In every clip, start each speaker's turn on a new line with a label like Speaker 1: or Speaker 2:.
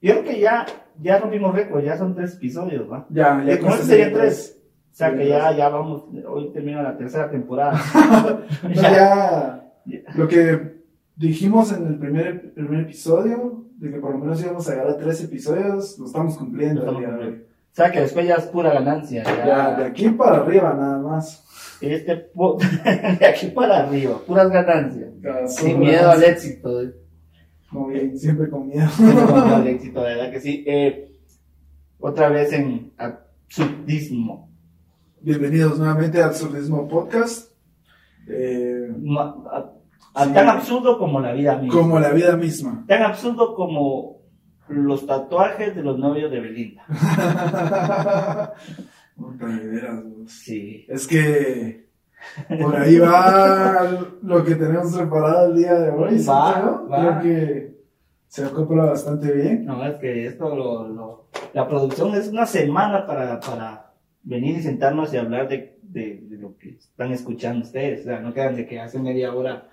Speaker 1: Y aunque ya, ya rompimos récord, ya son tres episodios, ¿va?
Speaker 2: Ya, ya.
Speaker 1: Eh, ¿Cómo
Speaker 2: casi
Speaker 1: serían
Speaker 2: siempre.
Speaker 1: tres? O sea
Speaker 2: Sí,
Speaker 1: que
Speaker 2: tres.
Speaker 1: ya, ya vamos, hoy termina la tercera temporada.
Speaker 2: No,
Speaker 1: Ya.
Speaker 2: ya,
Speaker 1: Ya.
Speaker 2: Lo que dijimos en el primer, primer episodio, de que por lo menos íbamos a llegar a tres episodios, lo estamos cumpliendo.
Speaker 1: Lo estamos
Speaker 2: el día de hoy.
Speaker 1: O sea que después ya es pura ganancia. Ya,
Speaker 2: Ya, de aquí para arriba nada más.
Speaker 1: Este po- de aquí para arriba, puras ganancias.
Speaker 2: Ya,
Speaker 1: Sin
Speaker 2: solo
Speaker 1: miedo
Speaker 2: ganas.
Speaker 1: al éxito. eh.
Speaker 2: Como bien, siempre con miedo.
Speaker 1: Bueno, el éxito, de verdad que sí. Eh, otra vez en absurdismo.
Speaker 2: Bienvenidos nuevamente a Absurdismo Podcast. Eh,
Speaker 1: No, a- a-
Speaker 2: Sí.
Speaker 1: Tan absurdo como la vida misma.
Speaker 2: como la vida misma.
Speaker 1: Tan absurdo como los tatuajes de los novios de Belinda.
Speaker 2: Puta, de veras, vos.
Speaker 1: Sí.
Speaker 2: Es que por ahí va lo que tenemos preparado el día de hoy. ¿sí,
Speaker 1: Va,
Speaker 2: creo?
Speaker 1: va.
Speaker 2: Creo que se acopla bastante bien.
Speaker 1: No, es que esto, lo, lo- la producción es una semana para, para venir y sentarnos y hablar de, de- de lo que están escuchando ustedes. O sea, no quedan de que hace media hora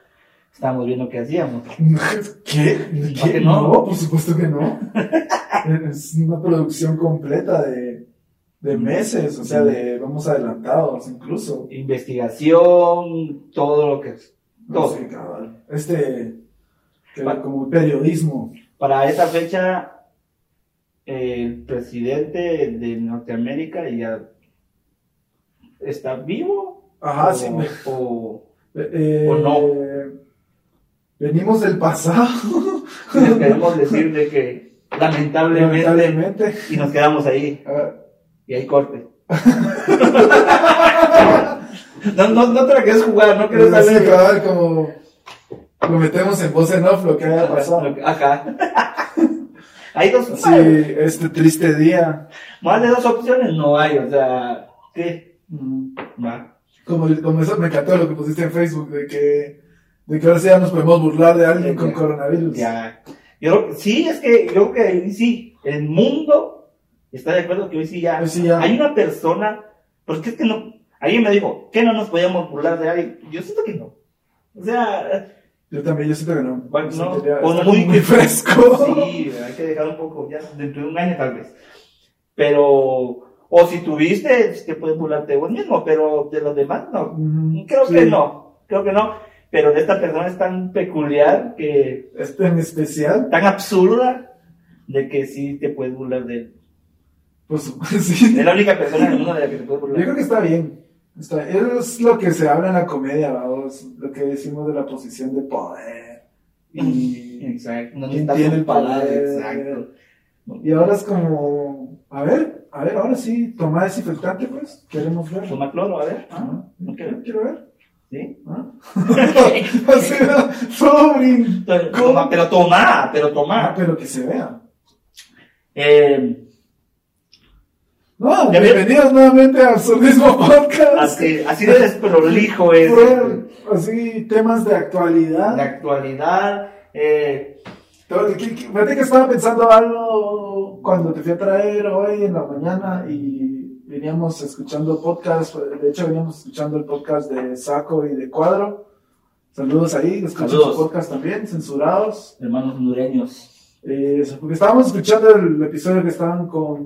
Speaker 1: estábamos viendo qué hacíamos.
Speaker 2: ¿Qué?
Speaker 1: ¿Por qué
Speaker 2: ¿Qué?
Speaker 1: no?
Speaker 2: No, por supuesto que no. es una producción completa de, de
Speaker 1: Mm.
Speaker 2: meses, o sea, de vamos adelantados incluso.
Speaker 1: Investigación, todo lo que es.
Speaker 2: No
Speaker 1: Todo.
Speaker 2: sé, cabal. Este, que- como periodismo.
Speaker 1: Para esa fecha, el presidente de Norteamérica ya está vivo.
Speaker 2: Ajá,
Speaker 1: o,
Speaker 2: Ah, sí.
Speaker 1: o-
Speaker 2: Eh,
Speaker 1: ¿O no?
Speaker 2: Venimos del pasado,
Speaker 1: les queremos decir de que lamentablemente,
Speaker 2: lamentablemente.
Speaker 1: y nos quedamos ahí
Speaker 2: Ah,
Speaker 1: y ahí corte. no, no, no te la quieres jugar, no quieres
Speaker 2: Pero Eh, sí,
Speaker 1: saber.
Speaker 2: cabal, como lo metemos en voz en off lo que haya pasado.
Speaker 1: Ajá. Hay dos
Speaker 2: Sí, este triste día.
Speaker 1: más de dos opciones no hay, o sea, ¿qué?
Speaker 2: Mm.
Speaker 1: Va.
Speaker 2: Como, el- como eso me encantó lo que pusiste en Facebook, de que, de que ahora sí ya nos podemos burlar de alguien con
Speaker 1: Ya.
Speaker 2: coronavirus.
Speaker 1: Ya. Yo creo que- sí, es que yo creo que ahí sí, el mundo está de acuerdo que hoy sí ya.
Speaker 2: Hoy Pues sí ya.
Speaker 1: Hay una persona, porque es que no. Alguien me dijo, ¿qué no nos podíamos burlar de alguien? Yo siento que no. O sea,
Speaker 2: Yo también, yo siento que no.
Speaker 1: Bueno,
Speaker 2: Me
Speaker 1: no,
Speaker 2: sentiría-
Speaker 1: o
Speaker 2: está
Speaker 1: no
Speaker 2: como
Speaker 1: muy-
Speaker 2: muy fresco.
Speaker 1: sí, hay que dejar un poco, ya dentro de un año tal vez. Pero, o si tuviste, es que puedes burlarte de vos mismo, pero de los demás no.
Speaker 2: Mm,
Speaker 1: Creo
Speaker 2: sí.
Speaker 1: que no, creo que no. Pero de esta persona es tan peculiar que
Speaker 2: Este en especial,
Speaker 1: tan absurda de que sí te puedes burlar de él.
Speaker 2: por supuesto, sí.
Speaker 1: Es la única persona en el mundo de la que te puedes
Speaker 2: Yo
Speaker 1: burlar.
Speaker 2: creo que está bien. Está bien. Es lo que se habla en la comedia, vamos, lo que decimos de la posición de poder. Y,
Speaker 1: Exacto. No
Speaker 2: ¿Quién
Speaker 1: necesitas
Speaker 2: tiene el
Speaker 1: comparar,
Speaker 2: poder?
Speaker 1: Exacto.
Speaker 2: y ahora es como, a ver, a ver, ahora sí, toma desinfectante, pues, queremos ver.
Speaker 1: Toma cloro, a ver.
Speaker 2: Ah,
Speaker 1: Ok.
Speaker 2: Quiero ver.
Speaker 1: Sí.
Speaker 2: Ah. o sea, sobre.
Speaker 1: Entonces,
Speaker 2: ¿Cómo?
Speaker 1: toma, pero toma, pero
Speaker 2: Ah, pues.
Speaker 1: toma.
Speaker 2: pero que se vea.
Speaker 1: Eh,
Speaker 2: No,
Speaker 1: Ya veo.
Speaker 2: bienvenidos nuevamente a Absurdismo Podcast.
Speaker 1: así, así de desprolijo es este.
Speaker 2: Fueron así temas de actualidad.
Speaker 1: la actualidad. Eh,
Speaker 2: Todo- que- que- Fíjate que estaba pensando algo cuando te fui a traer hoy en la mañana y veníamos escuchando podcast, de hecho veníamos escuchando el podcast de Saco y de Cuadro. Saludos ahí, escuchen
Speaker 1: Saludos.
Speaker 2: su podcast también, censurados.
Speaker 1: hermanos hondureños.
Speaker 2: Eh, porque estábamos escuchando el episodio que estaban con,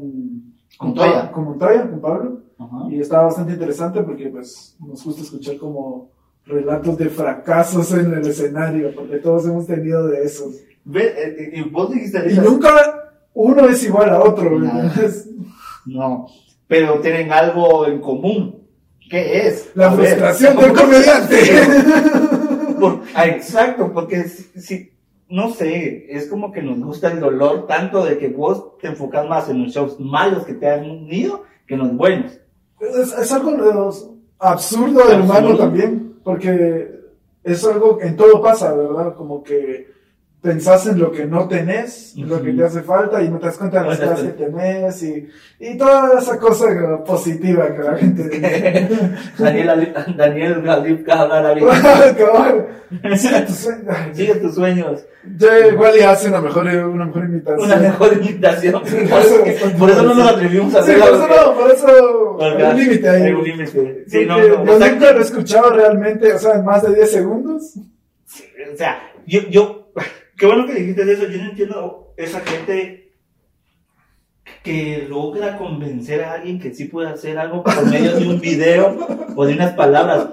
Speaker 1: Con Toya.
Speaker 2: con Montoya, con Pablo,
Speaker 1: Ajá.
Speaker 2: y estaba bastante interesante porque pues nos gusta escuchar como relatos de fracasos en el escenario, porque todos hemos tenido de esos.
Speaker 1: Ve, eh, eh, vos dijiste
Speaker 2: Y
Speaker 1: esas-
Speaker 2: nunca uno es igual a otro,
Speaker 1: Nada.
Speaker 2: entonces,
Speaker 1: No, pero tienen algo en común. ¿Qué es?
Speaker 2: La
Speaker 1: A ver,
Speaker 2: frustración del comediante.
Speaker 1: Por- ah, exacto, porque si, si- no sé, es como que nos gusta el dolor tanto de que vos te enfocas más en los shows malos que te han unido que en los buenos.
Speaker 2: Es, es algo de los- absurdo del humano
Speaker 1: Absurdo.
Speaker 2: también, porque es algo que en todo pasa, ¿verdad? Como que pensás en lo que no tenés, en lo que
Speaker 1: Ujú.
Speaker 2: te hace falta y no te das cuenta de las
Speaker 1: Ahora
Speaker 2: cosas
Speaker 1: está.
Speaker 2: que tenés y, y toda esa cosa eh, positiva que la gente...
Speaker 1: Daniel, Ali- Daniel Galipka hablar ahorita.
Speaker 2: Cabal. Sí, tus sueños.
Speaker 1: Sigue tus sueños.
Speaker 2: Ya igual y hace una mejor, una mejor imitación.
Speaker 1: Una mejor imitación. Por
Speaker 2: Sí,
Speaker 1: eso, que-
Speaker 2: bastante
Speaker 1: por eso no nos
Speaker 2: parecido.
Speaker 1: atrevimos a
Speaker 2: Sí,
Speaker 1: hacerlo.
Speaker 2: por eso
Speaker 1: porque-
Speaker 2: no, por eso
Speaker 1: porque
Speaker 2: hay un límite
Speaker 1: Hay
Speaker 2: ahí.
Speaker 1: un límite. Sí, no,
Speaker 2: Porque
Speaker 1: no,
Speaker 2: Yo
Speaker 1: exacto.
Speaker 2: nunca lo he escuchado realmente, o sea, en más de 10 segundos.
Speaker 1: O sea, yo, yo, qué bueno que dijiste eso, yo no entiendo esa gente que logra convencer a alguien que sí puede hacer algo por medio de un video o de unas palabras.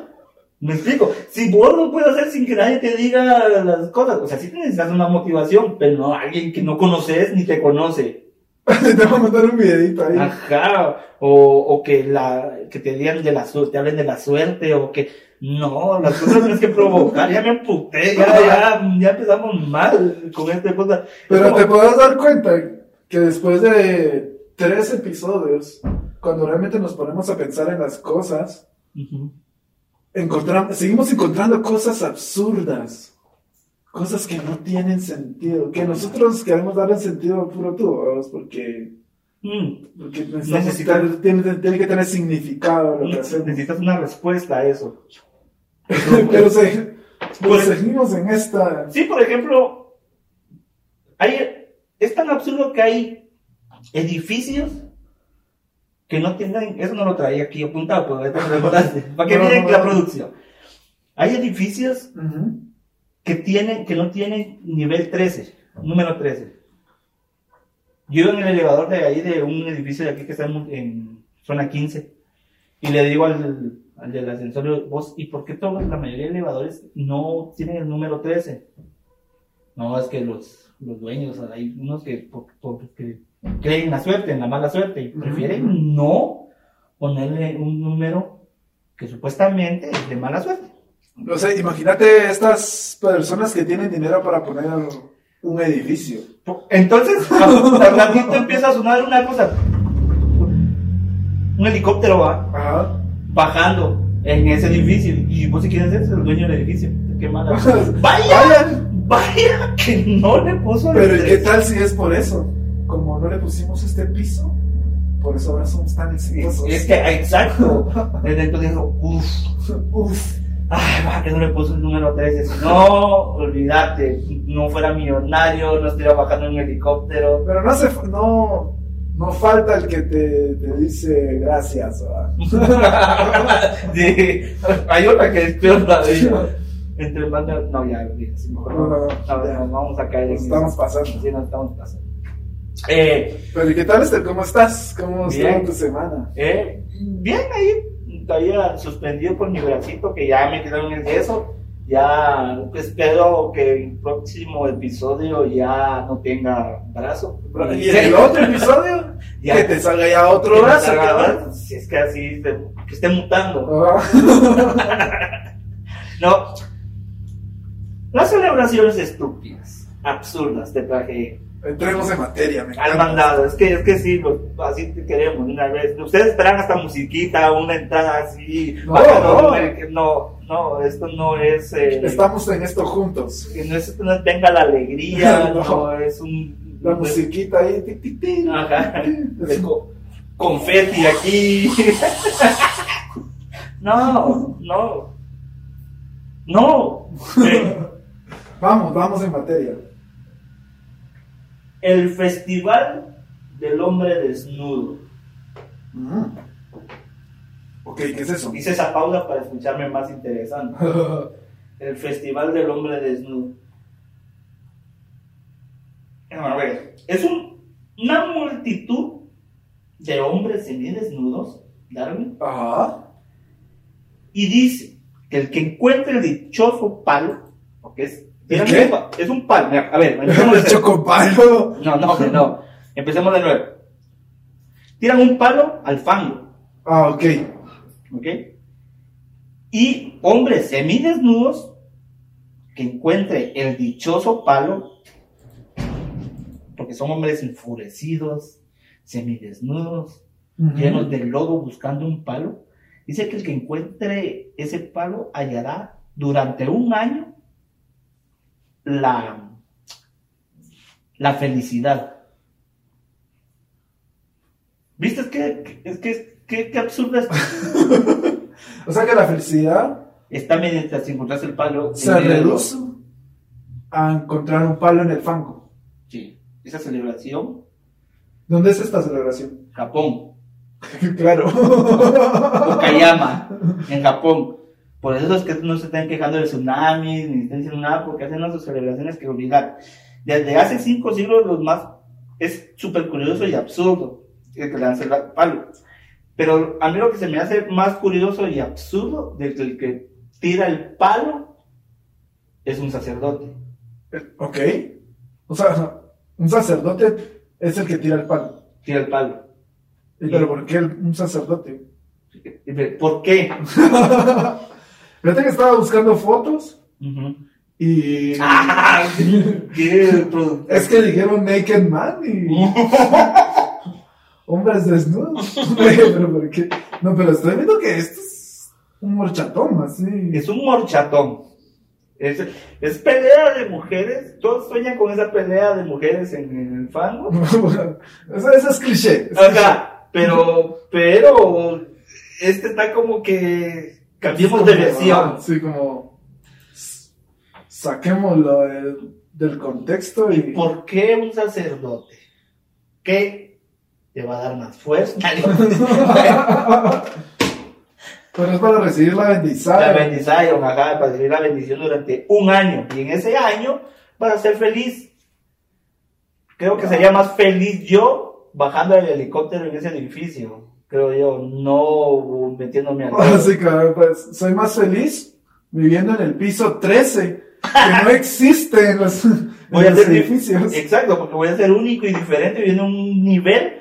Speaker 1: Me explico, si vos lo puedes hacer sin que nadie te diga las cosas, o sea, sí necesitas una motivación, pero no alguien que no conoces ni te conoce.
Speaker 2: Te voy a mandar un videito
Speaker 1: Ah,
Speaker 2: ahí.
Speaker 1: Ajá, o, o que, la, que te digan de la suerte, te hablen de la suerte, o que no, las cosas tienes que provocar, ya me emputé, ya, ya, ya empezamos mal con este cosa.
Speaker 2: Pero te podrás dar cuenta que después de tres episodios, cuando realmente nos ponemos a pensar en las cosas,
Speaker 1: Ujú.
Speaker 2: encontramos, seguimos encontrando cosas absurdas, cosas que no tienen sentido, que nosotros queremos darle sentido puro tú, vamos, porque,
Speaker 1: Mm,
Speaker 2: porque
Speaker 1: Necesita-
Speaker 2: necesitamos, tiene, tiene que tener significado lo que hacemos.
Speaker 1: Necesitas una respuesta a eso.
Speaker 2: Pero se- pero
Speaker 1: Pues-
Speaker 2: seguimos en esta...
Speaker 1: Sí, por ejemplo, hay, es tan absurdo que hay edificios que no tengan, eso no lo traía aquí apuntado, pero ahorita me lo recordaste, para que
Speaker 2: No,
Speaker 1: miren
Speaker 2: no,
Speaker 1: la
Speaker 2: no.
Speaker 1: producción. Hay edificios
Speaker 2: Ujú.
Speaker 1: que tienen, que no tienen nivel 13, número 13. Yo iba en el elevador de ahí, de un edificio de aquí que está en, en zona 15, y le digo al, al del ascensor, vos, ¿y por qué todos, la mayoría de elevadores no tienen el número 13? No, es que los, los dueños, hay unos que, por- por- que creen en la suerte, en la mala suerte, y prefieren no ponerle un número que supuestamente es de mala suerte.
Speaker 2: O sea, imagínate estas personas que tienen dinero para poner un edificio.
Speaker 1: Entonces, al ratito empieza a sonar una cosa. Un helicóptero va
Speaker 2: Ajá.
Speaker 1: bajando en ese edificio. Y vos, si quieres, eres el dueño del edificio. Qué mala. ¡Vaya!
Speaker 2: Vayan.
Speaker 1: ¡Vaya! Que no le puso el
Speaker 2: Pero ¿y qué
Speaker 1: tres.
Speaker 2: tal si es por eso? Como no le pusimos este piso, por eso ahora somos tan
Speaker 1: Es,
Speaker 2: exitosos.
Speaker 1: es que, exacto. Desde entonces dijo, uff,
Speaker 2: Uf.
Speaker 1: ay, va, que no le puso el número 13. Si No, olvídate. No fuera millonario, no estuviera bajando en un helicóptero.
Speaker 2: Pero no hace fa- no, no falta el que te, te dice gracias. ¿verdad?
Speaker 1: Sí, hay otra que es peor todavía. Entre más me- No, ya, olvídate, sí, mejor no,
Speaker 2: No, no,
Speaker 1: no,
Speaker 2: ya.
Speaker 1: no, vamos a caer en
Speaker 2: Nos estamos
Speaker 1: eso.
Speaker 2: pasando.
Speaker 1: Sí, nos estamos pasando. Eh,
Speaker 2: Pero ¿y qué tal Esther? ¿Cómo estás? ¿Cómo
Speaker 1: Bien.
Speaker 2: estuvo tu semana?
Speaker 1: eh, bien ahí, todavía suspendido por mi bracito, que ya me quedaron en eso. Ya pues, espero que el próximo episodio ya no tenga brazo.
Speaker 2: ¿Y el otro episodio?
Speaker 1: Ya.
Speaker 2: Que te salga ya
Speaker 1: Que
Speaker 2: otro
Speaker 1: no
Speaker 2: brazo.
Speaker 1: salga
Speaker 2: cabrón. Ah.
Speaker 1: brazo, Si es que así, se- que esté mutando.
Speaker 2: Ajá.
Speaker 1: No. Las celebraciones estúpidas, absurdas, te traje
Speaker 2: Entremos en materia, me
Speaker 1: al
Speaker 2: encanta.
Speaker 1: mandado. Es que, es que sí, lo- así te queremos de una vez. Ustedes traen hasta musiquita, una entrada así.
Speaker 2: No,
Speaker 1: bacana,
Speaker 2: no.
Speaker 1: no, no, no, esto no es. eh,
Speaker 2: Estamos en esto juntos.
Speaker 1: que no es esto no es venga la alegría, no,
Speaker 2: No.
Speaker 1: es un.
Speaker 2: La
Speaker 1: no es-
Speaker 2: musiquita ahí. ti, ti, ti.
Speaker 1: Ajá. de co- confeti aquí. no, no. No. Eh,
Speaker 2: Vamos, vamos en materia.
Speaker 1: El Festival del Hombre Desnudo.
Speaker 2: Mm. Ok, ¿qué es eso?
Speaker 1: Hice esa pausa para escucharme más interesante. El Festival del Hombre Desnudo. A ver, es un- una multitud de hombres semidesnudos, Darwin,
Speaker 2: Ajá.
Speaker 1: y dice que el que encuentre el dichoso palo, porque es,
Speaker 2: ¿El
Speaker 1: es
Speaker 2: qué?
Speaker 1: un pa- es un palo, mira, a ver, empecemos de
Speaker 2: El
Speaker 1: cero.
Speaker 2: chocopalo.
Speaker 1: no, no, hombre, no, empecemos de nuevo. Tiran un palo al fango.
Speaker 2: Ah, ok.
Speaker 1: ¿ok? Y hombres semidesnudos que encuentre el dichoso palo, porque son hombres enfurecidos, semidesnudos, llenos de lodo buscando un palo. Dice que el que encuentre ese palo hallará durante un año la, la felicidad. ¿Viste? Es que, es que, es que, que absurda es
Speaker 2: O sea que la felicidad
Speaker 1: está mediante si encontrás el palo.
Speaker 2: se
Speaker 1: en el-
Speaker 2: reduce a encontrar un palo en el fango.
Speaker 1: Sí. Esa celebración,
Speaker 2: ¿Dónde es esta celebración?
Speaker 1: Japón,
Speaker 2: claro.
Speaker 1: Okayama, en Japón. Por eso es que no se están quejando del tsunami, ni están diciendo nada, porque hacen unas celebraciones que olvidar. Desde hace cinco siglos los más es súper curioso y absurdo el que le hace la palo. Pero a mí lo que se me hace más curioso y absurdo del que, el que tira el palo es un sacerdote.
Speaker 2: Eh, Ok. O sea, un sacerdote es el que tira el palo.
Speaker 1: Tira el palo.
Speaker 2: ¿Y ¿Pero por qué el- un sacerdote?
Speaker 1: ¿Por qué?
Speaker 2: Fíjate que estaba buscando fotos
Speaker 1: Ujú.
Speaker 2: y...
Speaker 1: Ah, qué produ-
Speaker 2: Es que dijeron Naked Man y hombres desnudos. pero ¿por qué? No, pero estoy viendo que esto es un horchatón, así.
Speaker 1: Es un morchatón. Es, es pelea de mujeres. Todos sueñan con esa pelea de mujeres en, en el fango.
Speaker 2: eso, eso es cliché. es cliché.
Speaker 1: Ajá, pero, pero, este está como que cambiemos de
Speaker 2: Como,
Speaker 1: versión.
Speaker 2: ah, Sí, como s- saquémoslo del, del contexto y,
Speaker 1: ¿Por qué un sacerdote? ¿Qué te va a dar más fuerza?
Speaker 2: pero Pues es para recibir la
Speaker 1: La
Speaker 2: bendición.
Speaker 1: bendición, ajá, para recibir la bendición durante un año. Y en ese año, para ser feliz. Creo que sería más feliz yo bajando del helicóptero en ese edificio. Creo yo, no metiéndome al.
Speaker 2: Así que pues soy más feliz viviendo en el piso 13, que no existe en los, en
Speaker 1: Voy a eh,
Speaker 2: los
Speaker 1: ser dif-
Speaker 2: edificios.
Speaker 1: Exacto, porque voy a ser único y diferente viviendo un nivel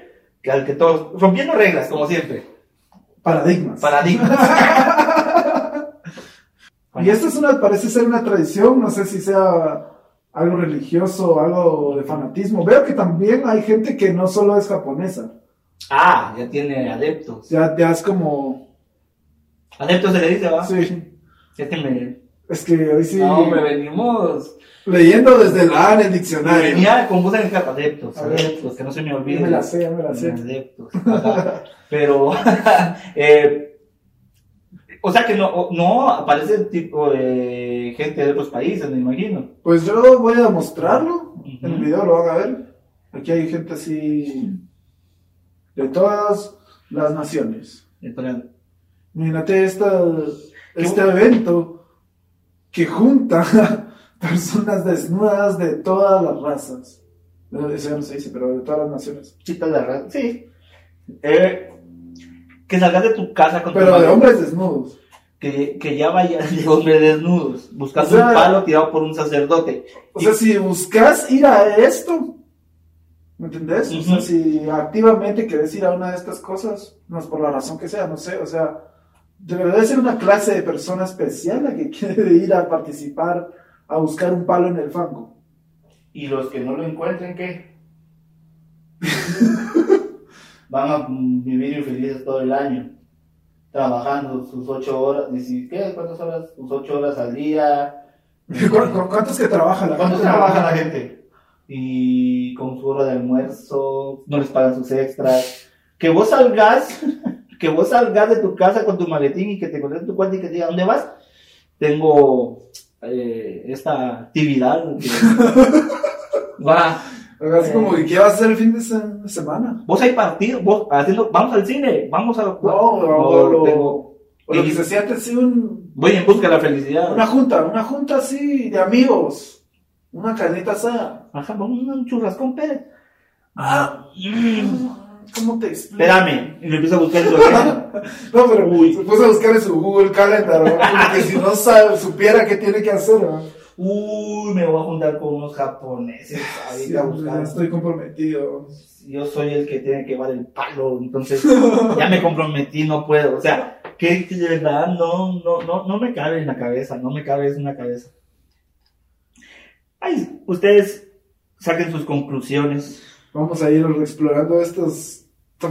Speaker 1: que al que todos. Rompiendo reglas, como siempre.
Speaker 2: Paradigmas.
Speaker 1: Paradigmas.
Speaker 2: Y esto es una, parece ser una tradición, no sé si sea algo religioso, algo de fanatismo. Veo que también hay gente que no solo es japonesa,
Speaker 1: Ah, ya tiene adeptos.
Speaker 2: ya, ya es como...
Speaker 1: Adeptos se le dice, va.
Speaker 2: Sí,
Speaker 1: Es que me.
Speaker 2: es que hoy sí,
Speaker 1: Ah, No, me venimos.
Speaker 2: leyendo desde la A en el diccionario.
Speaker 1: Venía con voz de encaja, adeptos,
Speaker 2: A ver.
Speaker 1: adeptos, que no se me
Speaker 2: Ya
Speaker 1: olvide.
Speaker 2: me la sé, ya me la sé.
Speaker 1: Adeptos. ajá. Pero, eh, o sea que no, no aparece el tipo de gente de otros países, me imagino.
Speaker 2: Pues yo voy a mostrarlo,
Speaker 1: Ujú.
Speaker 2: en el video lo van a ver. Aquí hay gente así de todas las naciones.
Speaker 1: Entonces,
Speaker 2: Imagínate esta,
Speaker 1: Qué
Speaker 2: este evento que junta personas desnudas de todas las razas. No, Eso ya no se dice, pero de todas las naciones.
Speaker 1: chicas de la raza, sí. Eh, que salgas de tu casa con tu
Speaker 2: Pero de
Speaker 1: madre,
Speaker 2: hombres desnudos.
Speaker 1: que, que ya vayas de hombres desnudos, buscando
Speaker 2: O sea-
Speaker 1: un palo tirado por un sacerdote.
Speaker 2: O sea, si buscas ir a esto, ¿me entendés? O sea,
Speaker 1: Ujú.
Speaker 2: si activamente querés ir a una de estas cosas, no es por la razón que sea, no sé, o sea, debería ser una clase de persona especial la que quiere ir a participar, a buscar un palo en el fango.
Speaker 1: Y los que no lo encuentren, ¿qué? Van a vivir infelices todo el año, trabajando sus ocho horas, y si, ¿qué? ¿Cuántas horas? Sus ocho horas al día.
Speaker 2: ¿Cu- cu- ¿Cuántos que trabaja la
Speaker 1: ¿Cuánto
Speaker 2: gente?
Speaker 1: trabaja la gente? Y con su hora de almuerzo, no les pagan sus extras. Que vos salgas, que vos salgas de tu casa con tu maletín y que te contesten tu cuenta y que te diga, ¿dónde vas? Tengo eh, esta actividad. que- Va.
Speaker 2: Así como que, ¿qué va a hacer el fin de se- semana?
Speaker 1: Vos hay partido, vos haciendo, vamos al cine, vamos a.
Speaker 2: No, o lo,
Speaker 1: tengo-
Speaker 2: o lo
Speaker 1: y-
Speaker 2: que se siente así un,
Speaker 1: voy en busca de la felicidad.
Speaker 2: una junta, una junta así de amigos, una carnita asada.
Speaker 1: Ajá, vamos a un churrascón Pérez.
Speaker 2: Ah,
Speaker 1: Mm.
Speaker 2: ¿Cómo te explico?
Speaker 1: Espérame, y lo empiezo a buscar en su agenda.
Speaker 2: No, pero se puso a buscar en su Google Calendar, ¿no? porque si no sabe, supiera qué tiene que hacer, ¿no?
Speaker 1: Uy, me voy a juntar con unos japoneses ahorita
Speaker 2: Sí,
Speaker 1: a
Speaker 2: ya
Speaker 1: buscar.
Speaker 2: estoy comprometido.
Speaker 1: Yo soy el que tiene que llevar el palo, entonces ya me comprometí, no puedo. O sea, que que de verdad no, no, no, no me cabe en la cabeza, no me cabe en la cabeza. Ay, ustedes saquen sus conclusiones.
Speaker 2: Vamos a ir explorando estos,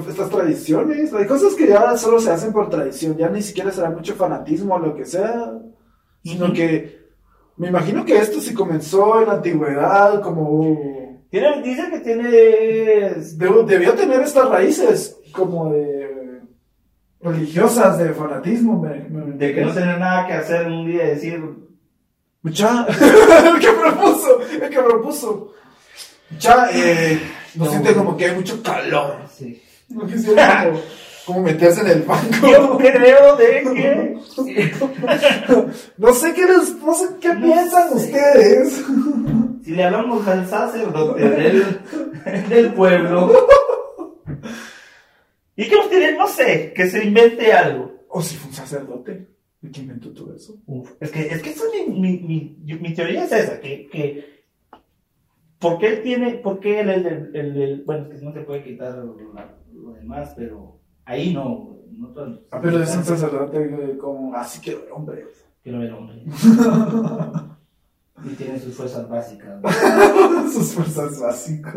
Speaker 2: estas tradiciones. Hay cosas que ya solo se hacen por tradición, ya ni siquiera será mucho fanatismo o lo que sea, sino
Speaker 1: Ujú.
Speaker 2: que me imagino que esto sí comenzó en la antigüedad, como
Speaker 1: Tiene, dice que tiene.
Speaker 2: Debo- debió tener estas raíces como de religiosas, de fanatismo. me- me-
Speaker 1: De que no tener nada que hacer un día y decir.
Speaker 2: Mucha, el que propuso, el que propuso. Mucha, eh, no,
Speaker 1: No,
Speaker 2: siente
Speaker 1: güey.
Speaker 2: como que hay mucho calor.
Speaker 1: "Ah, Sí.
Speaker 2: No quisiera como, como meterse en el
Speaker 1: Yo
Speaker 2: banco.
Speaker 1: creo de que.
Speaker 2: No sé qué, les- no sé qué
Speaker 1: No
Speaker 2: piensan
Speaker 1: sé.
Speaker 2: ustedes.
Speaker 1: Si Si le hablamos al sacerdote del, del pueblo. Y que ustedes, no sé, que se invente algo.
Speaker 2: O si fue un sacerdote el que inventó todo eso.
Speaker 1: Uf, es que, es que eso es mi, mi, mi- yo- mi teoría es esa, que, que ¿por qué él tiene, por qué él, el, el, el- el- bueno, es que no se puede quitar lo, lo demás, pero ahí no, no todas-
Speaker 2: Ah, pero es un sacerdote eh, como así que hombre.
Speaker 1: Quiero ver hombre. y tiene sus fuerzas básicas. ¿no?
Speaker 2: Sus fuerzas básicas.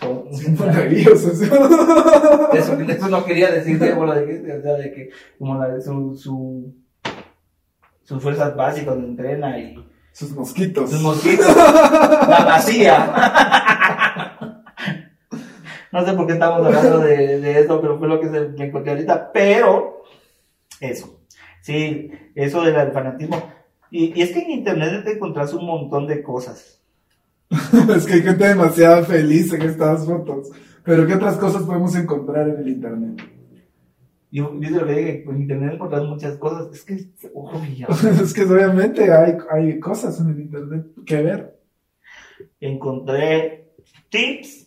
Speaker 1: Como-
Speaker 2: Son maravillosos.
Speaker 1: Eso, eso no quería decir, Débora, de que, o sea, de que como la, su, su, sus fuerzas básicas donde entrena y
Speaker 2: Sus mosquitos.
Speaker 1: sus mosquitos, la vacía. No sé por qué estamos hablando de, de eso, pero fue lo que se me encontré ahorita. Pero, eso. Sí, eso del fanatismo. Y, y es que en internet te encontrás un montón de cosas.
Speaker 2: es que hay gente demasiado feliz en estas fotos. Pero ¿qué otras cosas podemos encontrar en el internet?
Speaker 1: Yo, yo te lo que dije, en internet encontrás muchas cosas. Es que, uy, ya.
Speaker 2: es que obviamente hay, hay cosas en el internet que ver.
Speaker 1: encontré tips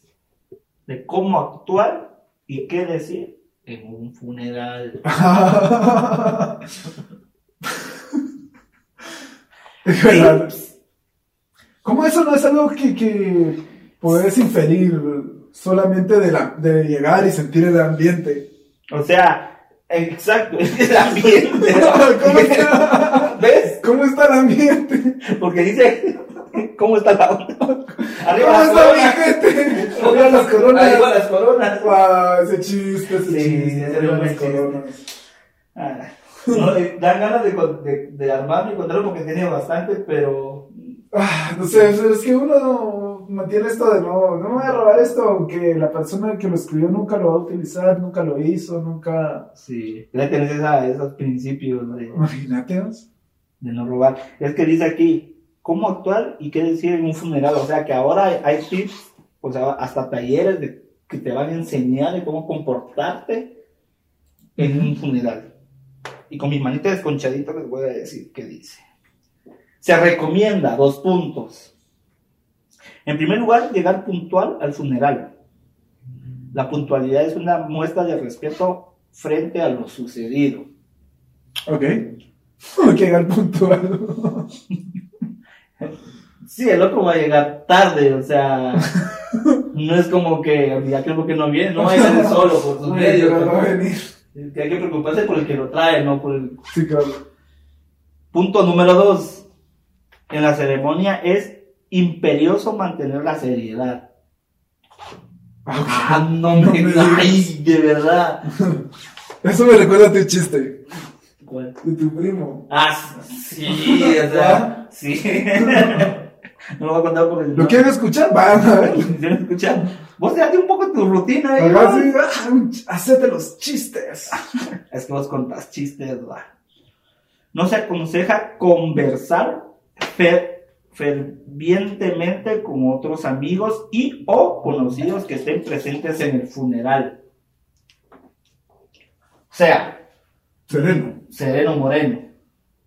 Speaker 1: de cómo actuar y qué decir en un funeral.
Speaker 2: Es verdad. ¿Cómo eso no es algo que, que puedes inferir solamente de, la, de llegar y sentir el ambiente?
Speaker 1: O sea, exacto, es que el ambiente.
Speaker 2: ¿Cómo está,
Speaker 1: ¿Ves?
Speaker 2: ¿Cómo está el ambiente?
Speaker 1: Porque dice, ¿cómo está la onda? Arriba
Speaker 2: ¿Cómo
Speaker 1: las
Speaker 2: está mi
Speaker 1: coronas.
Speaker 2: gente? Arriba las
Speaker 1: Arriba
Speaker 2: coronas.
Speaker 1: las coronas.
Speaker 2: Guau, Ah, ese chiste, ese
Speaker 1: Sí,
Speaker 2: chiste.
Speaker 1: ese
Speaker 2: Arriba
Speaker 1: era un
Speaker 2: las
Speaker 1: chiste.
Speaker 2: coronas.
Speaker 1: Ah, no, eh, dan ganas de, con- de, de armarlo y encontrarlo porque tiene bastante, pero
Speaker 2: Ah, no sé, es es que uno mantiene esto de no, no me voy a robar esto, aunque la persona que lo escribió nunca lo va a utilizar, nunca lo hizo, nunca.
Speaker 1: sí, ya tenés esa- esos principios de,
Speaker 2: Imagínate. ¿no?
Speaker 1: de no robar. Es que dice aquí, ¿cómo actuar y qué decir en un funeral? O sea, que ahora hay- hay tips, o sea, hasta talleres de, que te van a enseñar de cómo comportarte en un funeral. Y con mi manita desconchadita les voy a decir qué dice. Se recomienda dos puntos. En primer lugar, llegar puntual al funeral. La puntualidad es una muestra de respeto frente a lo sucedido.
Speaker 2: Ok. Hay que llegar
Speaker 1: Pues
Speaker 2: puntual.
Speaker 1: Sí, el otro va a llegar tarde, o sea, no es como que ya creo que no viene, no va a llegar él solo por sus
Speaker 2: No,
Speaker 1: medios.
Speaker 2: no va a
Speaker 1: pero-
Speaker 2: venir.
Speaker 1: Que hay que preocuparse por el que lo trae, no por el.
Speaker 2: Sí, claro.
Speaker 1: Punto número dos. En la ceremonia es imperioso mantener la seriedad.
Speaker 2: Ah,
Speaker 1: Ah, no
Speaker 2: No
Speaker 1: me.
Speaker 2: me
Speaker 1: Ay, de verdad.
Speaker 2: ok. Eso me recuerda a tu chiste
Speaker 1: ¿Cuál?
Speaker 2: de tu primo.
Speaker 1: Ah, sí, o sea, sí. No lo voy a contar porque.
Speaker 2: ¿Ah? ¿Lo quieren escuchar? Van a ver.
Speaker 1: ¿Lo escuchan? Vos te un poco tu rutina, ¿eh?
Speaker 2: Acá sí, ah, un ch- Hacete los chistes.
Speaker 1: Es que vos contás chistes, ¿verdad? No se aconseja conversar fer- fervientemente con otros amigos y o conocidos que estén presentes en el funeral. O sea,
Speaker 2: Sereno.
Speaker 1: sereno moreno.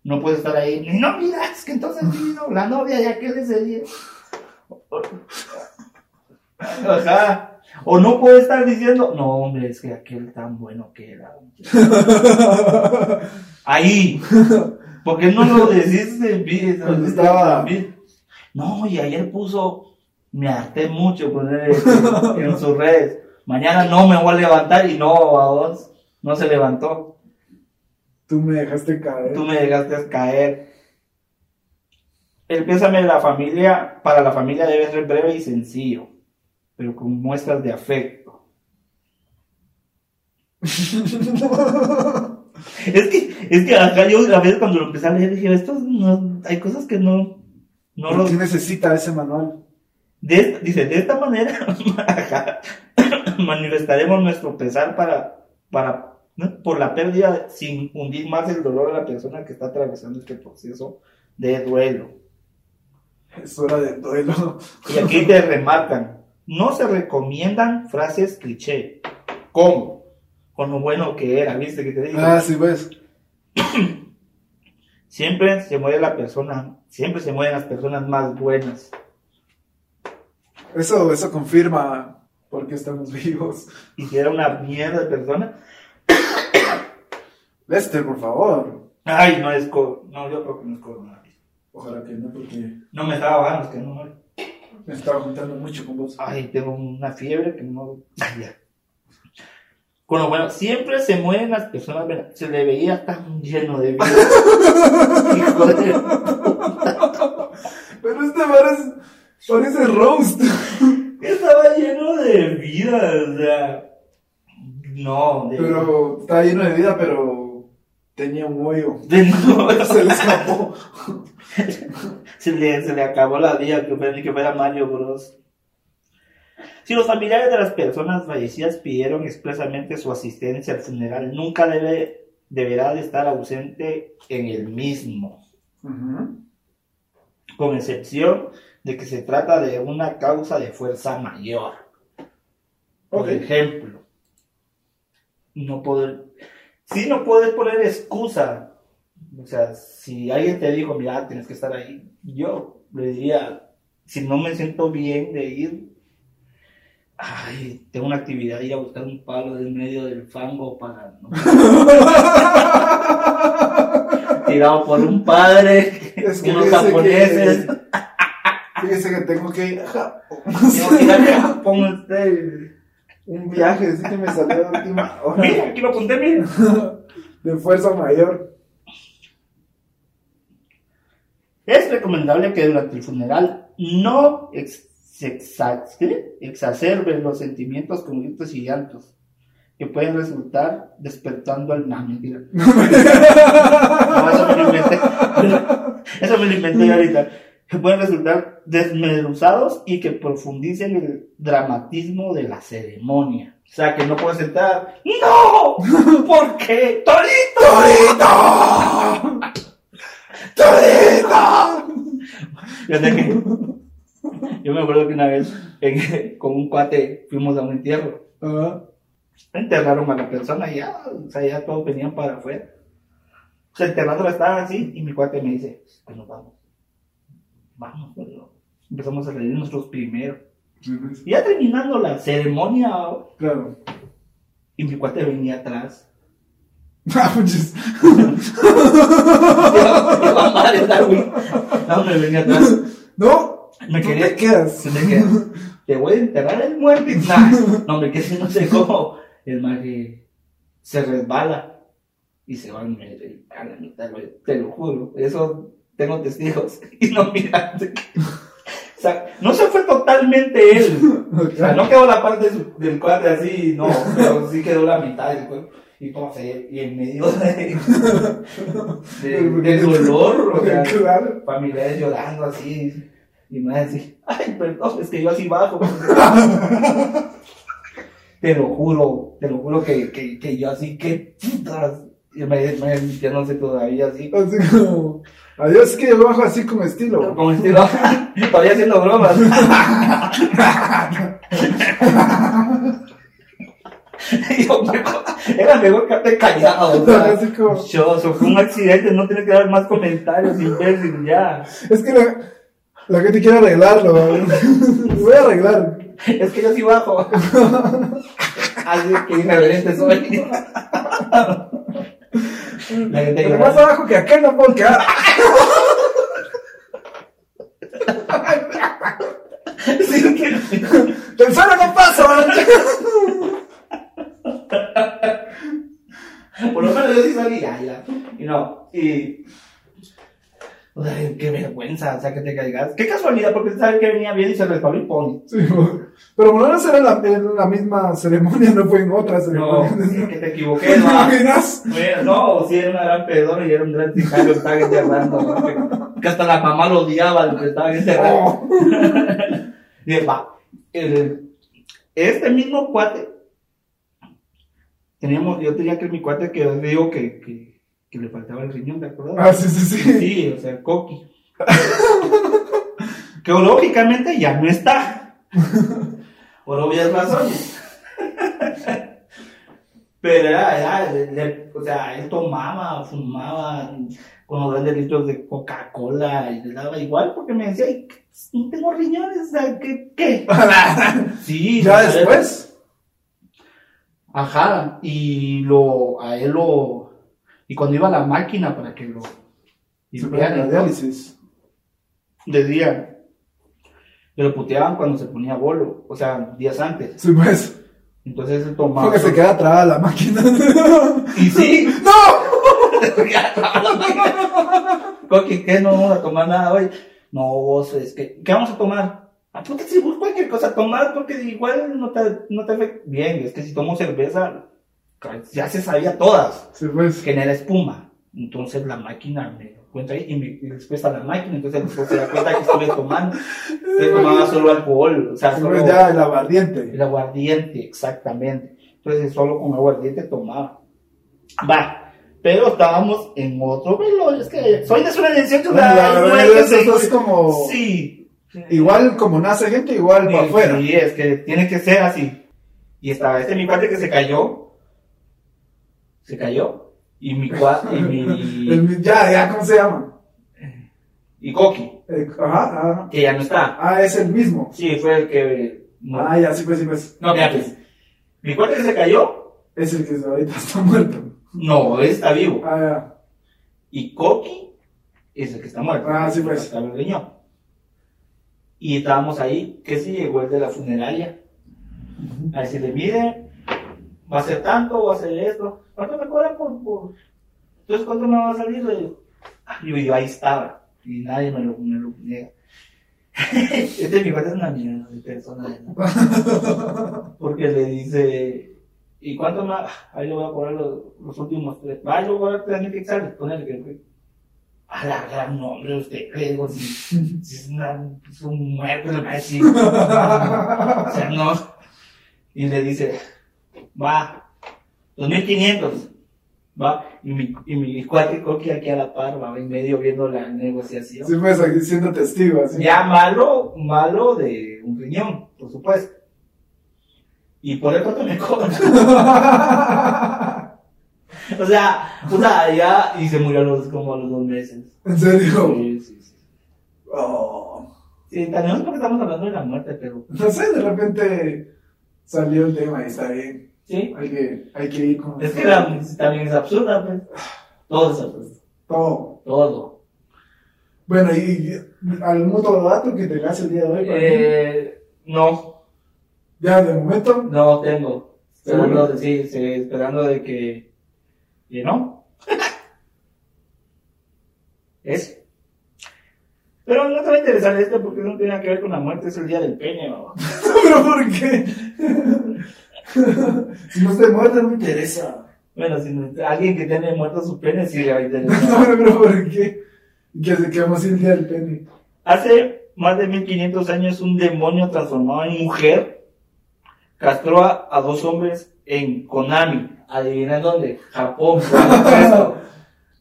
Speaker 1: No puedes estar ahí. No, mira, es que entonces vino la novia ya que le sería. Ajá. O no puede estar diciendo, no, hombre, es que aquel tan bueno que era. hombre". Ahí. porque no lo decís en vi-
Speaker 2: Cuando estaba-
Speaker 1: vi- No, y ayer puso, me harté mucho con él en sus redes. Mañana no me voy a levantar y no, a vos, no se levantó.
Speaker 2: Tú me dejaste caer.
Speaker 1: Tú me llegaste a caer. El pésame de la familia, para la familia debe ser breve y sencillo, pero con muestras de afecto. Es que, es que acá yo a veces cuando lo empecé a leer dije, esto no, hay cosas que no, no lo-
Speaker 2: ¿Por qué necesita ese manual?
Speaker 1: de esta- dice, de esta manera ajá, manifestaremos nuestro pesar para, para, ¿no? por la pérdida sin hundir más el dolor a la persona que está atravesando este proceso de duelo.
Speaker 2: Es hora de duelo.
Speaker 1: Y aquí te remarcan, no se recomiendan frases cliché, como, con lo bueno que era, viste que te dije,
Speaker 2: Ah, sí, pues.
Speaker 1: siempre se muere la persona, siempre se mueren las personas más buenas.
Speaker 2: Eso, eso confirma por qué estamos vivos.
Speaker 1: Y si era una mierda de persona.
Speaker 2: Lester, por favor.
Speaker 1: Ay, no es co- No, yo creo que no es coronavirus.
Speaker 2: Ojalá que no, porque
Speaker 1: No me estaba bajando, es que no muero.
Speaker 2: me estaba juntando mucho con vos.
Speaker 1: Ay, tengo una fiebre que no. Ay, ya. Bueno, bueno, siempre se mueren las personas, ¿verdad? se le veía tan lleno de vida. Hijo de-
Speaker 2: Pero este bar es, parece roast.
Speaker 1: Estaba lleno de vida, o sea. No, de.
Speaker 2: Pero estaba lleno de vida, pero tenía un hoyo.
Speaker 1: de no,
Speaker 2: Se le escapó.
Speaker 1: se, le, se le acabó la vida que fuera, que fuera Mario Bros. Si los familiares de las personas fallecidas pidieron expresamente su asistencia al funeral, nunca debe, deberá de estar ausente en el mismo.
Speaker 2: Ujú.
Speaker 1: con excepción de que se trata de una causa de fuerza mayor. Por
Speaker 2: Ok.
Speaker 1: ejemplo, no poder, si no puedes poner excusa, o sea, si alguien te dijo, mira, tienes que estar ahí, yo le diría, si no me siento bien de ir, ay, tengo una actividad, ir a buscar un palo en medio del fango para no, tirado por un padre,
Speaker 2: Es
Speaker 1: unos
Speaker 2: fíjese
Speaker 1: japoneses.
Speaker 2: Fíjese que tengo que ir a
Speaker 1: Tengo que ir
Speaker 2: Japón.
Speaker 1: a Japón, este,
Speaker 2: Un viaje, así que me salió de última
Speaker 1: Mira,
Speaker 2: hora.
Speaker 1: aquí lo apunté, mira.
Speaker 2: De fuerza mayor.
Speaker 1: Es recomendable que durante el funeral no ex- se exa- ¿qué? exacerben los sentimientos con gritos y llantos que pueden resultar despertando al nah, mentira. No, eso me lo inventé. Eso me lo inventé yo ahorita. Que pueden resultar desmeduzados y que profundicen el dramatismo de la ceremonia. O sea, que no puedes sentar. ¡No! ¿Por qué? ¡Torito!
Speaker 2: ¡Torito! ¡Torito!
Speaker 1: Yo, sé que- yo me acuerdo que una vez en- con un cuate fuimos a un entierro.
Speaker 2: Ah,
Speaker 1: Enterraron a la persona y ya, o sea, ya todos venían para afuera. O sea, enterrándola estaba así y mi cuate me dice, pues nos vamos. Vamos, pues, no. Empezamos a salir nosotros primero. Y ya terminando la ceremonia,
Speaker 2: pues, Claro.
Speaker 1: y mi cuate venía atrás.
Speaker 2: Ah, muchas-
Speaker 1: Iba iba mal esta, güey. No, me venía atrás.
Speaker 2: No,
Speaker 1: Me
Speaker 2: tú
Speaker 1: quería
Speaker 2: te quedas.
Speaker 1: Se me queda, Te voy a enterrar el muerto. y nah, no, hombre, que si no sé cómo. El maje se resbala y se va a meter a la mitad, güey, Te lo juro. Eso tengo testigos. Y no, mira. se- O sea, no se fue totalmente él. O sea, no quedó la parte de su- del cuate así, no. Pero sí quedó la mitad del cuerpo. Y como se. Y en medio de. de- del dolor, o sea
Speaker 2: Claro.
Speaker 1: familiares llorando así. Y me así, ay, perdón, es que yo así bajo. te lo juro, te lo juro que, que, que yo así, que putas. Y me, me, yo no sé todavía así.
Speaker 2: Así como, adiós que yo bajo así con estilo.
Speaker 1: Como estilo, todavía haciendo bromas. Y yo, mejor- era mejor quedarte callado. o sea,
Speaker 2: Así como-
Speaker 1: choso, fue un accidente, no tienes que dar más comentarios, imbécil, ya.
Speaker 2: Es que la, la gente quiere arreglarlo. ¿vale? Voy a arreglar.
Speaker 1: Es que yo sí bajo. Así que irreverente soy. La gente
Speaker 2: Pero más
Speaker 1: llorando.
Speaker 2: abajo que acá no puedo quedar.
Speaker 1: Sí, que-
Speaker 2: Del suelo no paso. ¿vale?
Speaker 1: Por lo menos yo sí salí. Ya, ya. Y no. Y. O sea, qué vergüenza, o sea, que te caigas. Qué casualidad, porque saben que venía bien y se resbaló y pone.
Speaker 2: Sí, pues. pero por lo menos era la, en la misma ceremonia, no fue en otra
Speaker 1: No,
Speaker 2: ceremonia.
Speaker 1: es que te equivoqué,
Speaker 2: ¿Te
Speaker 1: no.
Speaker 2: imaginas?
Speaker 1: Bueno, no, sí, era una gran pedona y era un gran sicario, estaba enterrando. ¿no? Que, que hasta la mamá lo odiaba, que estaba enterrando.
Speaker 2: Oh.
Speaker 1: Y va, el- este mismo cuate, teníamos, yo tenía que mi cuate que yo digo que, que, que le faltaba el riñón, ¿de acuerdo?
Speaker 2: Ah, sí, sí, sí.
Speaker 1: Sí, o sea, Coqui. que lógicamente ya no está. Por obvias razones. Pero era, era- le- le- o sea, él tomaba, fumaba con los grandes litros de Coca-Cola y le daba igual porque me decía, "Ay, ¿qué- no tengo riñones, o sea, ¿qué? qué?". Sí, o
Speaker 2: ya
Speaker 1: sea,
Speaker 2: después.
Speaker 1: Ajá, y lo, a él lo, y cuando iba a la máquina para que lo
Speaker 2: Se fue a la
Speaker 1: limpiaran,
Speaker 2: diálisis.
Speaker 1: decía, que lo puteaban cuando se ponía bolo, o sea, días antes.
Speaker 2: Sí, pues.
Speaker 1: Entonces él tomaba.
Speaker 2: Porque se queda trabada la máquina.
Speaker 1: Y sí,
Speaker 2: ¡No!
Speaker 1: Coqui, ¿qué? No vamos a tomar nada hoy. No, vos, es que, ¿qué vamos a tomar? Ah, puta, si vos cualquier cosa tomar, porque igual no te, no te afecta. Bien, es que si tomo cerveza, ya se sabía todas.
Speaker 2: Sí, pues.
Speaker 1: genera espuma. Entonces la máquina me lo cuenta ahí y me y después a la máquina, entonces el profesor se da cuenta que estuve tomando. Entonces tomaba solo alcohol, o sea,
Speaker 2: Sí,
Speaker 1: solo
Speaker 2: pues, ya el aguardiente.
Speaker 1: el aguardiente, exactamente. Entonces solo con aguardiente tomaba. Va, pero estábamos en otro velorio, es que soy de Suenencia,
Speaker 2: Bueno, la verdad, eso, eso es como.
Speaker 1: Sí,
Speaker 2: Igual como nace gente, igual para afuera.
Speaker 1: Sí, es que tiene que ser así. Y estaba este mi padre que se cayó. Se cayó. Y mi cua- y mi.
Speaker 2: El- ya, ya, ¿cómo se llama?
Speaker 1: y Coqui,
Speaker 2: Eh, ajá, ajá.
Speaker 1: que ya no está.
Speaker 2: Ah, es el mismo.
Speaker 1: Sí, fue el que. No,
Speaker 2: Ah, ya, sí, pues, sí, pues.
Speaker 1: no fíjate. Mi cuate que se cayó.
Speaker 2: Es el que ahorita está muerto.
Speaker 1: No, él está vivo.
Speaker 2: Ah, ya.
Speaker 1: Y Coqui es el que está muerto.
Speaker 2: Ah, sí, pues.
Speaker 1: Está en el riñón. Y estábamos ahí, que sí llegó el de la funeraria. A decirle, mire, va a ser tanto, va a ser esto. ¿Cuánto me cobran por, por- Entonces, ¿cuánto me va a salir? Le digo, "Ah", yo, yo ahí estaba. Y nadie me lo, me lo niega. este mi cuate es una mierda de persona. de nada. Porque le dice, ¿y cuánto más? Ah, Ahí le voy a cobrar los, los últimos tres. Ah, yo voy a cobrar tres mil quetzales. Ponele que. A la gran nombre, usted cree, digo, si, si es, una, es un muerto, le va a decir. O sea, no. Y le dice, va, 2500. Va, y mi, y mi cuate coqui aquí a la par, va en medio viendo la negociación.
Speaker 2: Sí, pues, aquí siendo testigo, así.
Speaker 1: Ya malo, malo de un riñón, por supuesto. Y por el cuánto me cobran. o sea, o sea, ya, y se murió a los, como a los dos meses.
Speaker 2: En serio.
Speaker 1: Sí, sí, sí.
Speaker 2: Oh.
Speaker 1: Sí, también es porque estamos hablando de la muerte, pero.
Speaker 2: No sé, de repente salió el tema y está bien.
Speaker 1: Sí.
Speaker 2: Hay que, hay que ir con
Speaker 1: Es que la, también es absurda, pues. Todo es absurdo.
Speaker 2: todo.
Speaker 1: Todo.
Speaker 2: Bueno, y y algún otro dato que tengas el día de hoy. para mí?
Speaker 1: Eh, no,
Speaker 2: Ya, de momento.
Speaker 1: no tengo. Esperando,
Speaker 2: ¿Seguro?
Speaker 1: de- sí, sí, esperando de que. que no. es. Pero no te va a interesar esto porque no tiene nada que ver con la muerte, es el día del pene, ¿no?
Speaker 2: ¿Pero por qué? si no estoy muerto, no me interesa.
Speaker 1: Bueno, si no- alguien que tiene muerto su pene sí le va a
Speaker 2: No,
Speaker 1: interesar.
Speaker 2: pero ¿por qué? Que se quedamos sin día del pene.
Speaker 1: Hace más de 1500 años un demonio transformado en mujer castró a, a dos hombres en Konami. Adivina dónde? Japón. por supuesto.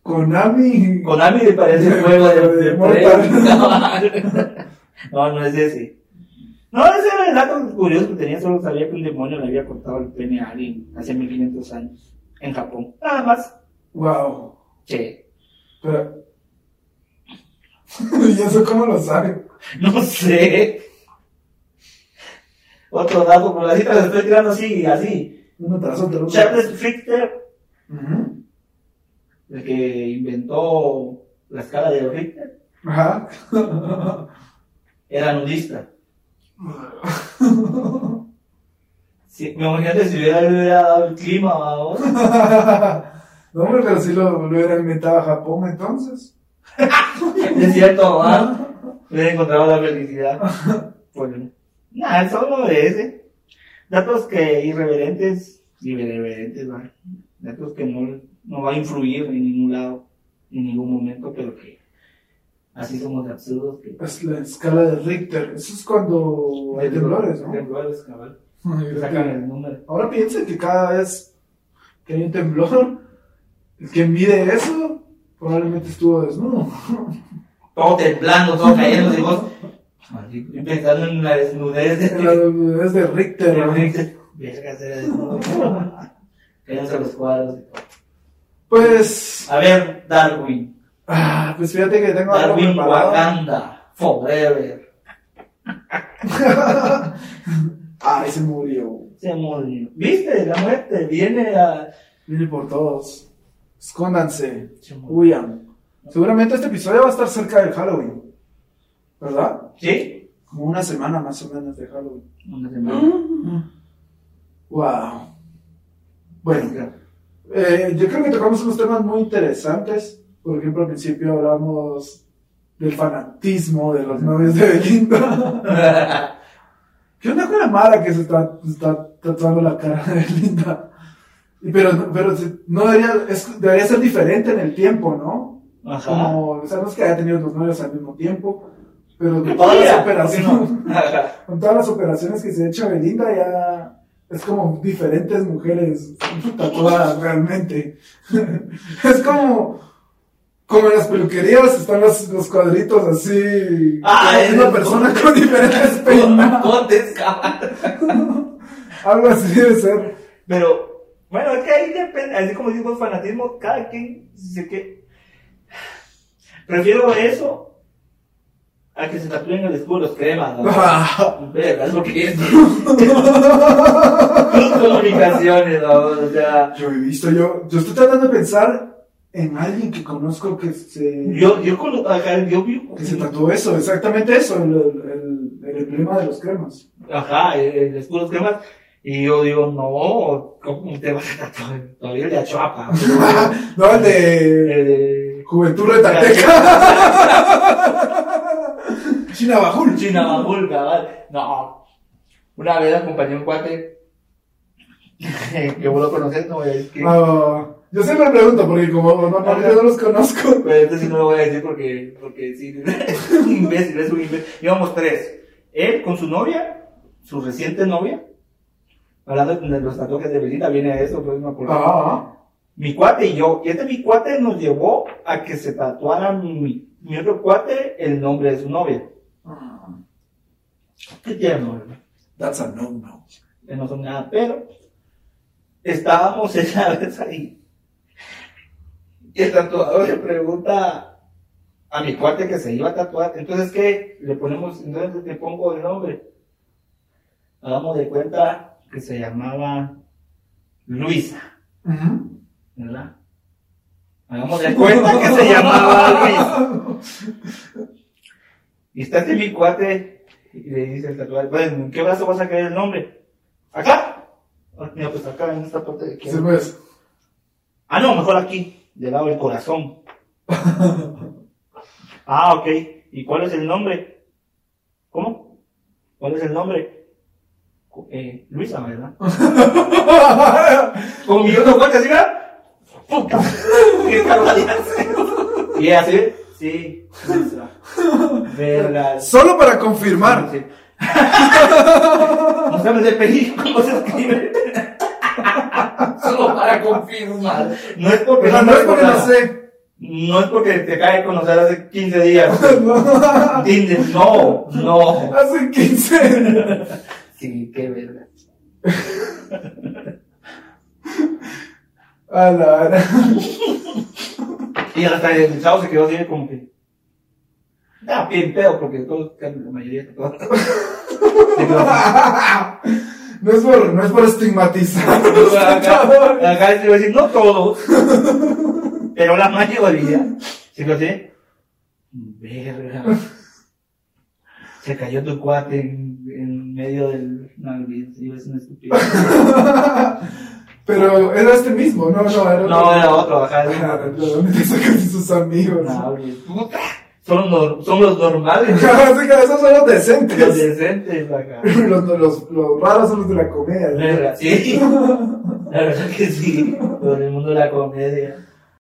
Speaker 2: Konami.
Speaker 1: Konami me parece el juego de, de
Speaker 2: Mortal.
Speaker 1: Play. No, no es ese. No, ese era el dato curioso que tenía, solo sabía que un demonio le había cortado el pene a alguien hace 1500 años en Japón. Nada más.
Speaker 2: Wow.
Speaker 1: Che.
Speaker 2: Pero... ¿Y eso cómo lo sabe?
Speaker 1: No sé. Otro dato, por la cita las estoy tirando así, así.
Speaker 2: Uno tras otro.
Speaker 1: Charles Richter,
Speaker 2: Ujú.
Speaker 1: el que inventó la escala de Richter,
Speaker 2: Ajá.
Speaker 1: era nudista. Sí, me imagino si hubiera, hubiera dado el clima, vamos.
Speaker 2: no, hombre, pero si lo, lo hubiera inventado a Japón entonces.
Speaker 1: Es cierto, ¿verdad? Hubiera encontrado la felicidad. Bueno, nada, solo de ese. Datos que irreverentes, irreverentes, ¿verdad? Datos que no, no va a influir en ningún lado, en ningún momento, pero que así somos de absurdos. Que,
Speaker 2: Es la escala de Richter. Eso es cuando hay temblores, ¿no?
Speaker 1: Temblores, cabal.
Speaker 2: Ay,
Speaker 1: Sacan el número.
Speaker 2: Ahora piensa que cada vez que hay un temblor, el que mide eso probablemente estuvo desnudo.
Speaker 1: Todo temblando, todo cayendo, y vos. maldito, y pensando en la desnudez de este
Speaker 2: Es de Richter. ¿no?
Speaker 1: Verga, será desnudo. Quédense los cuadros y todo.
Speaker 2: Pues,
Speaker 1: A ver, Darwin.
Speaker 2: ah, pues fíjate que tengo algo
Speaker 1: Darwin
Speaker 2: preparado.
Speaker 1: Wakanda. Forever.
Speaker 2: Ay, se murió.
Speaker 1: Se murió. ¿Viste? La muerte viene a.
Speaker 2: Viene por todos. Escóndanse.
Speaker 1: Se murió.
Speaker 2: Huyan. Seguramente este episodio va a estar cerca del Halloween. ¿Verdad?
Speaker 1: ¿Sí?
Speaker 2: Como una semana más o menos de Halloween.
Speaker 1: Una semana.
Speaker 2: Wow. Bueno. Eh, yo creo que tocamos unos temas muy interesantes. Por ejemplo, al principio hablamos del fanatismo de los novios de Belinda. ¿Qué onda con la mala que se está, está tatuando la cara de Belinda? Y Pero, no- pero se- no debería, es- debería ser diferente en el tiempo, ¿no?
Speaker 1: Ajá.
Speaker 2: Como, o sea, no es que haya tenido dos novios al mismo tiempo, pero con todas las
Speaker 1: Mira,
Speaker 2: operaciones,
Speaker 1: ¿por qué no? Ajá.
Speaker 2: con todas las operaciones que se ha hecho Belinda ya es como diferentes mujeres tatuadas realmente. es como como en las peluquerías están los, los cuadritos así
Speaker 1: Ah,
Speaker 2: como
Speaker 1: es
Speaker 2: una
Speaker 1: el-
Speaker 2: persona con diferentes peinados.
Speaker 1: Potes, cabrón.
Speaker 2: Algo así debe ser.
Speaker 1: Pero, bueno, es que ahí depende, así como digo, fanatismo, cada quien dice que... Prefiero eso a que se tatúen el escudo los cremas, ¿no? Verga, es lo que es. Tus comunicaciones, ¿no? O sea,
Speaker 2: Yo he visto, yo, yo estoy tratando de pensar en alguien que conozco que se,
Speaker 1: yo, yo, con lo- acá, yo vi...
Speaker 2: que se tatuó eso, exactamente eso, el, el, el emblema de los cremas.
Speaker 1: Ajá, el, el escudo los cremas. Y yo digo, no, ¿cómo te vas a tatuar? Todavía le achuapa.
Speaker 2: No, el de
Speaker 1: Eh,
Speaker 2: Juventud Retarteca. China Bajul.
Speaker 1: China Babul, cabal. No. Una vez acompañé a un cuate que vos lo conoces, no voy a decir que.
Speaker 2: Ah. No, yo siempre pregunto porque como no, aparte no los conozco.
Speaker 1: Pero este sí no lo voy a decir porque, porque sí, es un imbécil, es un imbécil. Íbamos tres. Él con su novia, su reciente novia. Hablando de los tatuajes de Belinda, viene a eso, pues no me acuerdo.
Speaker 2: Ah,
Speaker 1: Mi cuate y yo. Y este mi cuate nos llevó a que se tatuara mi, mi otro cuate el nombre de su novia.
Speaker 2: ah.
Speaker 1: Qué tierno, ¿verdad?
Speaker 2: That's a no no.
Speaker 1: que no son nada, pero estábamos esa vez ahí. Y el tatuador le pregunta a mi cuate que se iba a tatuar, entonces ¿qué? Le ponemos, entonces le pongo el nombre. Hagamos de cuenta que se llamaba Luisa,
Speaker 2: Ujú.
Speaker 1: ¿verdad? Hagamos de cuenta que se llamaba Luisa. Y está este mi cuate y le dice el tatuador, bueno, ¿en qué brazo vas a querer el nombre? ¿Acá? Ah, Mira, pues acá, en esta parte de aquí.
Speaker 2: Sí, pues.
Speaker 1: Ah, no, mejor aquí, del lado del corazón. ah, ok. ¿Y cuál es el nombre? ¿Cómo? ¿Cuál es el nombre? Cu- Eh, Luisa, ¿verdad? Con mi otro cuate, ¿sí, verdad? ¡Puta! ¡Qué casualidad! ¿Y así? Sí, Luisa. Verga.
Speaker 2: Solo para confirmar.
Speaker 1: Sí. No sabes de película cómo se escribe. Solo para confirmar. No es porque
Speaker 2: Pero no es porque no
Speaker 1: recordaba.
Speaker 2: sé.
Speaker 1: No es porque te cae de conocer hace 15 días. Tinder, no, no.
Speaker 2: Hace 15.
Speaker 1: Sí, qué verga.
Speaker 2: A la hora.
Speaker 1: Y hasta el chavo se quedó así como que. Ah, bien pedo, porque todos, la mayoría de todos. Se quedó así.
Speaker 2: No es por, no es por estigmatizar. a los tatuadores.
Speaker 1: Acá acá les iba a decir, no todos, pero la mayoría. ¿Sí lo sé? Verga. Se cayó tu cuate en, en medio del. No, olvídate, es una estupidez.
Speaker 2: Pero era este mismo, no, no, era
Speaker 1: No, era otro, ajá.
Speaker 2: ¿De
Speaker 1: era otro.
Speaker 2: dónde te sacan sus amigos?
Speaker 1: No, olvídate. Puta, Son, los, son los normales,
Speaker 2: Así que esos son los
Speaker 1: los
Speaker 2: decentes.
Speaker 1: decentes acá.
Speaker 2: Los, los, los raros son los de la comedia. ¿no?
Speaker 1: Verga, sí. La verdad que sí. Por el mundo de la comedia.